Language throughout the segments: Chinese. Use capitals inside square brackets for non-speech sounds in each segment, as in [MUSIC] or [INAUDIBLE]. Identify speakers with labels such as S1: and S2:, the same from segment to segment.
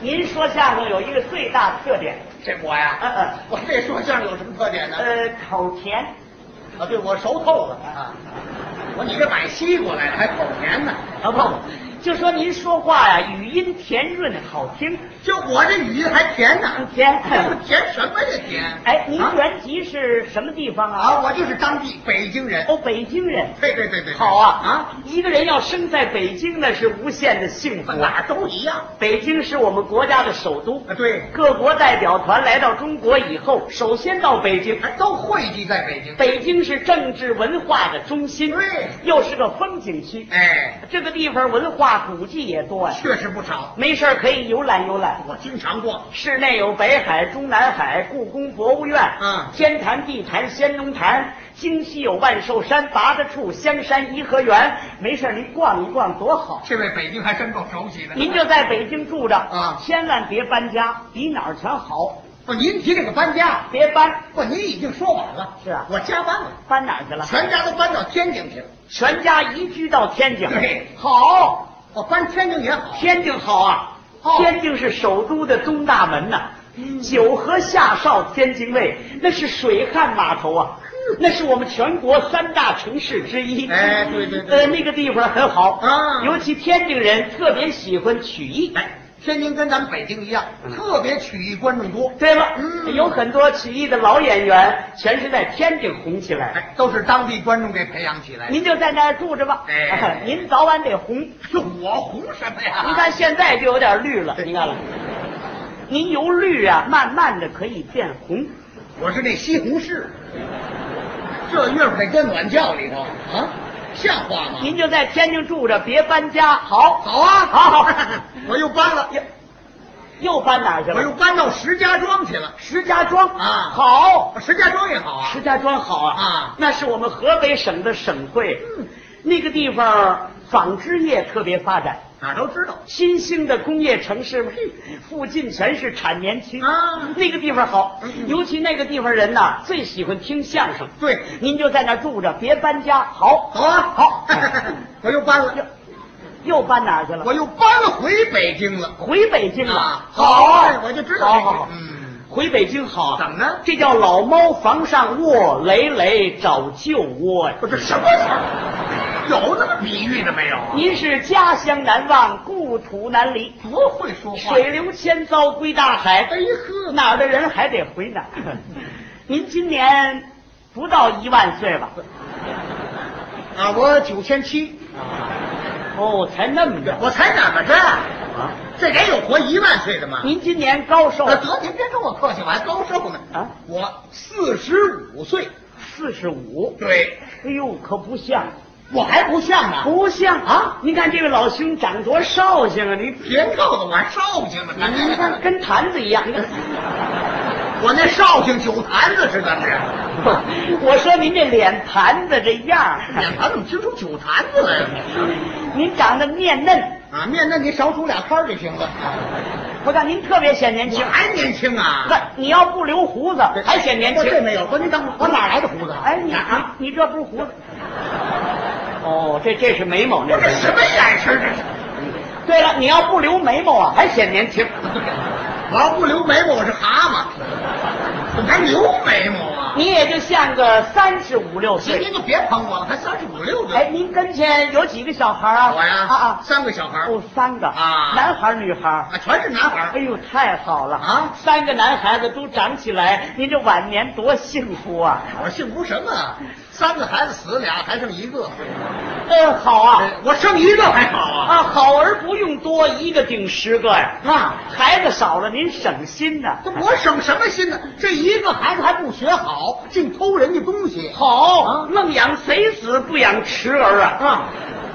S1: 您说相声有一个最大的特点，
S2: 这我呀，
S1: 嗯嗯
S2: [LAUGHS] 我这说相声有什么特点呢？
S1: 呃，口甜。嗯
S2: 啊，对，我熟透了啊！我你这买西瓜来了，还口甜呢？
S1: 啊不不，就说您说话呀，语音甜润好听，
S2: 就我这语音还甜呢，
S1: 甜。
S2: 这不甜什么呀甜？
S1: 嗯哎，您
S2: 啊
S1: 原籍是什么地方啊？
S2: 啊，我就是当地北京人。
S1: 哦，北京人。
S2: 对对对对，对
S1: 好啊
S2: 啊，！
S1: 一个人要生在北京，那是无限的幸福
S2: 哪
S1: 啊！
S2: 儿都一样。
S1: 北京是我们国家的首都
S2: 啊，，对，
S1: 各国代表团来到中国以后，首先到北京。
S2: 还都汇集在北京。
S1: 北京是政治文化的中心，
S2: 对
S1: 又是个风景区。
S2: 哎，
S1: 这个地方文化古迹也多呀、
S2: 确实不少，
S1: 没事儿可以游览游览。
S2: 我经常逛。
S1: 市内有北海、中南海、故宫博物院，
S2: 嗯
S1: 天坛、地坛、先农坛；京西有万寿山、八大处、香山颐和园。没事儿您逛一逛多好。
S2: 这位北京还真够熟悉的。
S1: 您就在北京住着
S2: 啊
S1: 千万别搬家，比哪儿全好，
S2: 不，哦您提这个搬家，
S1: 别搬，
S2: 不，您已经说完了。
S1: 是啊
S2: 我加班了，
S1: 搬哪儿去了？
S2: 全家都搬到天津去了。
S1: 全家移居到天津，
S2: 对
S1: 好，
S2: 我哦搬天津也好，
S1: 天津好啊！
S2: 哦嗯
S1: 天津是首都的东大门呐、九河下哨天津卫，那是水旱码头啊，那是我们全国三大城市之一。
S2: 哎对对对
S1: 呃，那个地方很好
S2: 啊
S1: 尤其天津人特别喜欢曲艺。
S2: 哎，天津跟咱们北京一样，
S1: 嗯
S2: 特别曲艺观众多，
S1: 对了，
S2: 嗯
S1: 有很多曲艺的老演员全是在天津红起来的。
S2: 哎，都是当地观众给培养起来的。
S1: 您就在那儿住着吧，[LAUGHS]
S2: 哎
S1: 您早晚得红。
S2: 哟，我红什么呀？
S1: 您看现在就有点绿了，
S2: 对
S1: 您看了，您由绿啊，慢慢的可以变红。
S2: 我是那西红柿，这月份得跟暖觉里头啊，像话吗？
S1: 您就在天津住着，别搬家。好，
S2: 好啊，
S1: 好
S2: [LAUGHS] 我又搬了，
S1: 又又搬哪儿去
S2: 我又
S1: 了？
S2: 搬到石家庄去了。
S1: 石家庄
S2: 哎啊
S1: 好，
S2: 石家庄也好啊
S1: 石，家庄好啊
S2: 啊
S1: 那是我们河北省的省会，
S2: 嗯
S1: 那个地方纺织业特别发展。
S2: 哪儿都知道。
S1: 新兴的工业城市嘛，附近全是产棉区
S2: 啊
S1: 那个地方好
S2: 嗯，嗯
S1: 尤其那个地方人呐，最喜欢听相声。
S2: 对，
S1: 您就在那儿住着，别搬家。好，
S2: 好啊，
S1: 好
S2: [LAUGHS] 我又搬了，
S1: 又搬哪儿去了？
S2: 我又搬回北京了。
S1: 回北京了。
S2: 啊
S1: 好
S2: 哎，我就知道
S1: 好
S2: 这个
S1: 好好，
S2: 嗯
S1: 回北京好。
S2: 怎么呢
S1: 这叫老猫房上卧，累累找旧窝呀。
S2: 我这什么词儿？有那么比喻的没有啊？
S1: 您是家乡难忘，故土难离，
S2: 多会说话！
S1: 水流千遭归大海。
S2: 哎呵，
S1: 哪儿的人还得回哪儿。 [LAUGHS] 您今年不到一万岁吧？
S2: 啊，我九千七，啊
S1: 哦，才那么着
S2: 我才怎么着？
S1: 啊！
S2: 这人有活一万岁的吗？
S1: 您今年高寿
S2: 啊得，您别跟我客气，我还高寿呢。
S1: 啊？
S2: 我四十五岁，
S1: 四十五。
S2: 对，
S1: 哎呦，可不像，
S2: 我还不像呢。
S1: 不像啊！您看这位老兄长多绍兴啊！您
S2: 别扣子，我还绍兴呢。
S1: 您您看跟坛子一样。您看 [LAUGHS]
S2: 我那绍兴酒坛子是怎么着？
S1: 我说您这脸盘子这样儿，
S2: [LAUGHS] 脸盘怎么听出酒坛子来了？
S1: 您长得面嫩，
S2: 啊，面那您少煮俩汤儿就行了。
S1: 我看您特别显年
S2: 我
S1: 轻。
S2: 还年轻啊！
S1: 不，你要不留胡子还显年轻。
S2: 这没有，不，您等会儿，我哪来的胡子？
S1: 哎，你
S2: 啊，
S1: 你你这不是胡子？哦，这这是眉毛，那
S2: 这
S1: 是。
S2: 什么眼神儿这是？
S1: [LAUGHS] 对了，你要不留眉毛啊，还显年轻。
S2: 我要不留眉毛，我是
S1: [LAUGHS]
S2: 蛤蟆，怎么还留眉毛啊？
S1: 你也就像个三十五六
S2: 行，
S1: 岁。
S2: 您就别捧我了，还三十五六的。
S1: 哎，您跟前有几个小孩啊？
S2: 我呀，
S1: 啊啊，
S2: 三个小孩儿
S1: 哦，三个
S2: 啊
S1: 男孩儿女孩儿。
S2: 啊，全是男孩
S1: 哎
S2: 儿。
S1: 呦，太好了
S2: 啊
S1: 三个男孩子都长起来，您这晚年多幸福啊！
S2: 我幸福什么啊？三个孩子死俩，还剩一个。
S1: 啊嗯，好啊，
S2: 哎我剩一个还好啊。
S1: 啊，好儿不用多，一个顶十个呀。
S2: 啊，
S1: 孩子少了您省心呐。
S2: 这我省什么心呢？这一个孩子还不学好，净偷人家东西。
S1: 好，愣养贼子不养迟儿啊！
S2: 啊，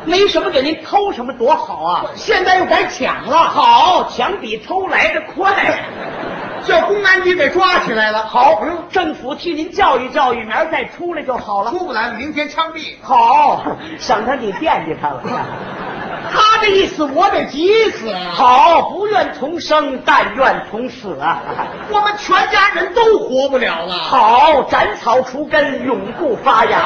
S1: 没什么给您偷什么多好啊！
S2: 现在又改抢了。
S1: 好，抢比偷来的快。
S2: 叫公安局给抓起来了。好，嗯，
S1: 政府替您教育教育，明儿再出来就好了。
S2: 出不来了，明天枪毙。
S1: 好，省得你惦记他了。
S2: 他这一死，我得急死啊！
S1: 好，不愿同生，但愿同死啊！
S2: 我们全家人都活不了了。
S1: 好，斩草除根，永不发芽。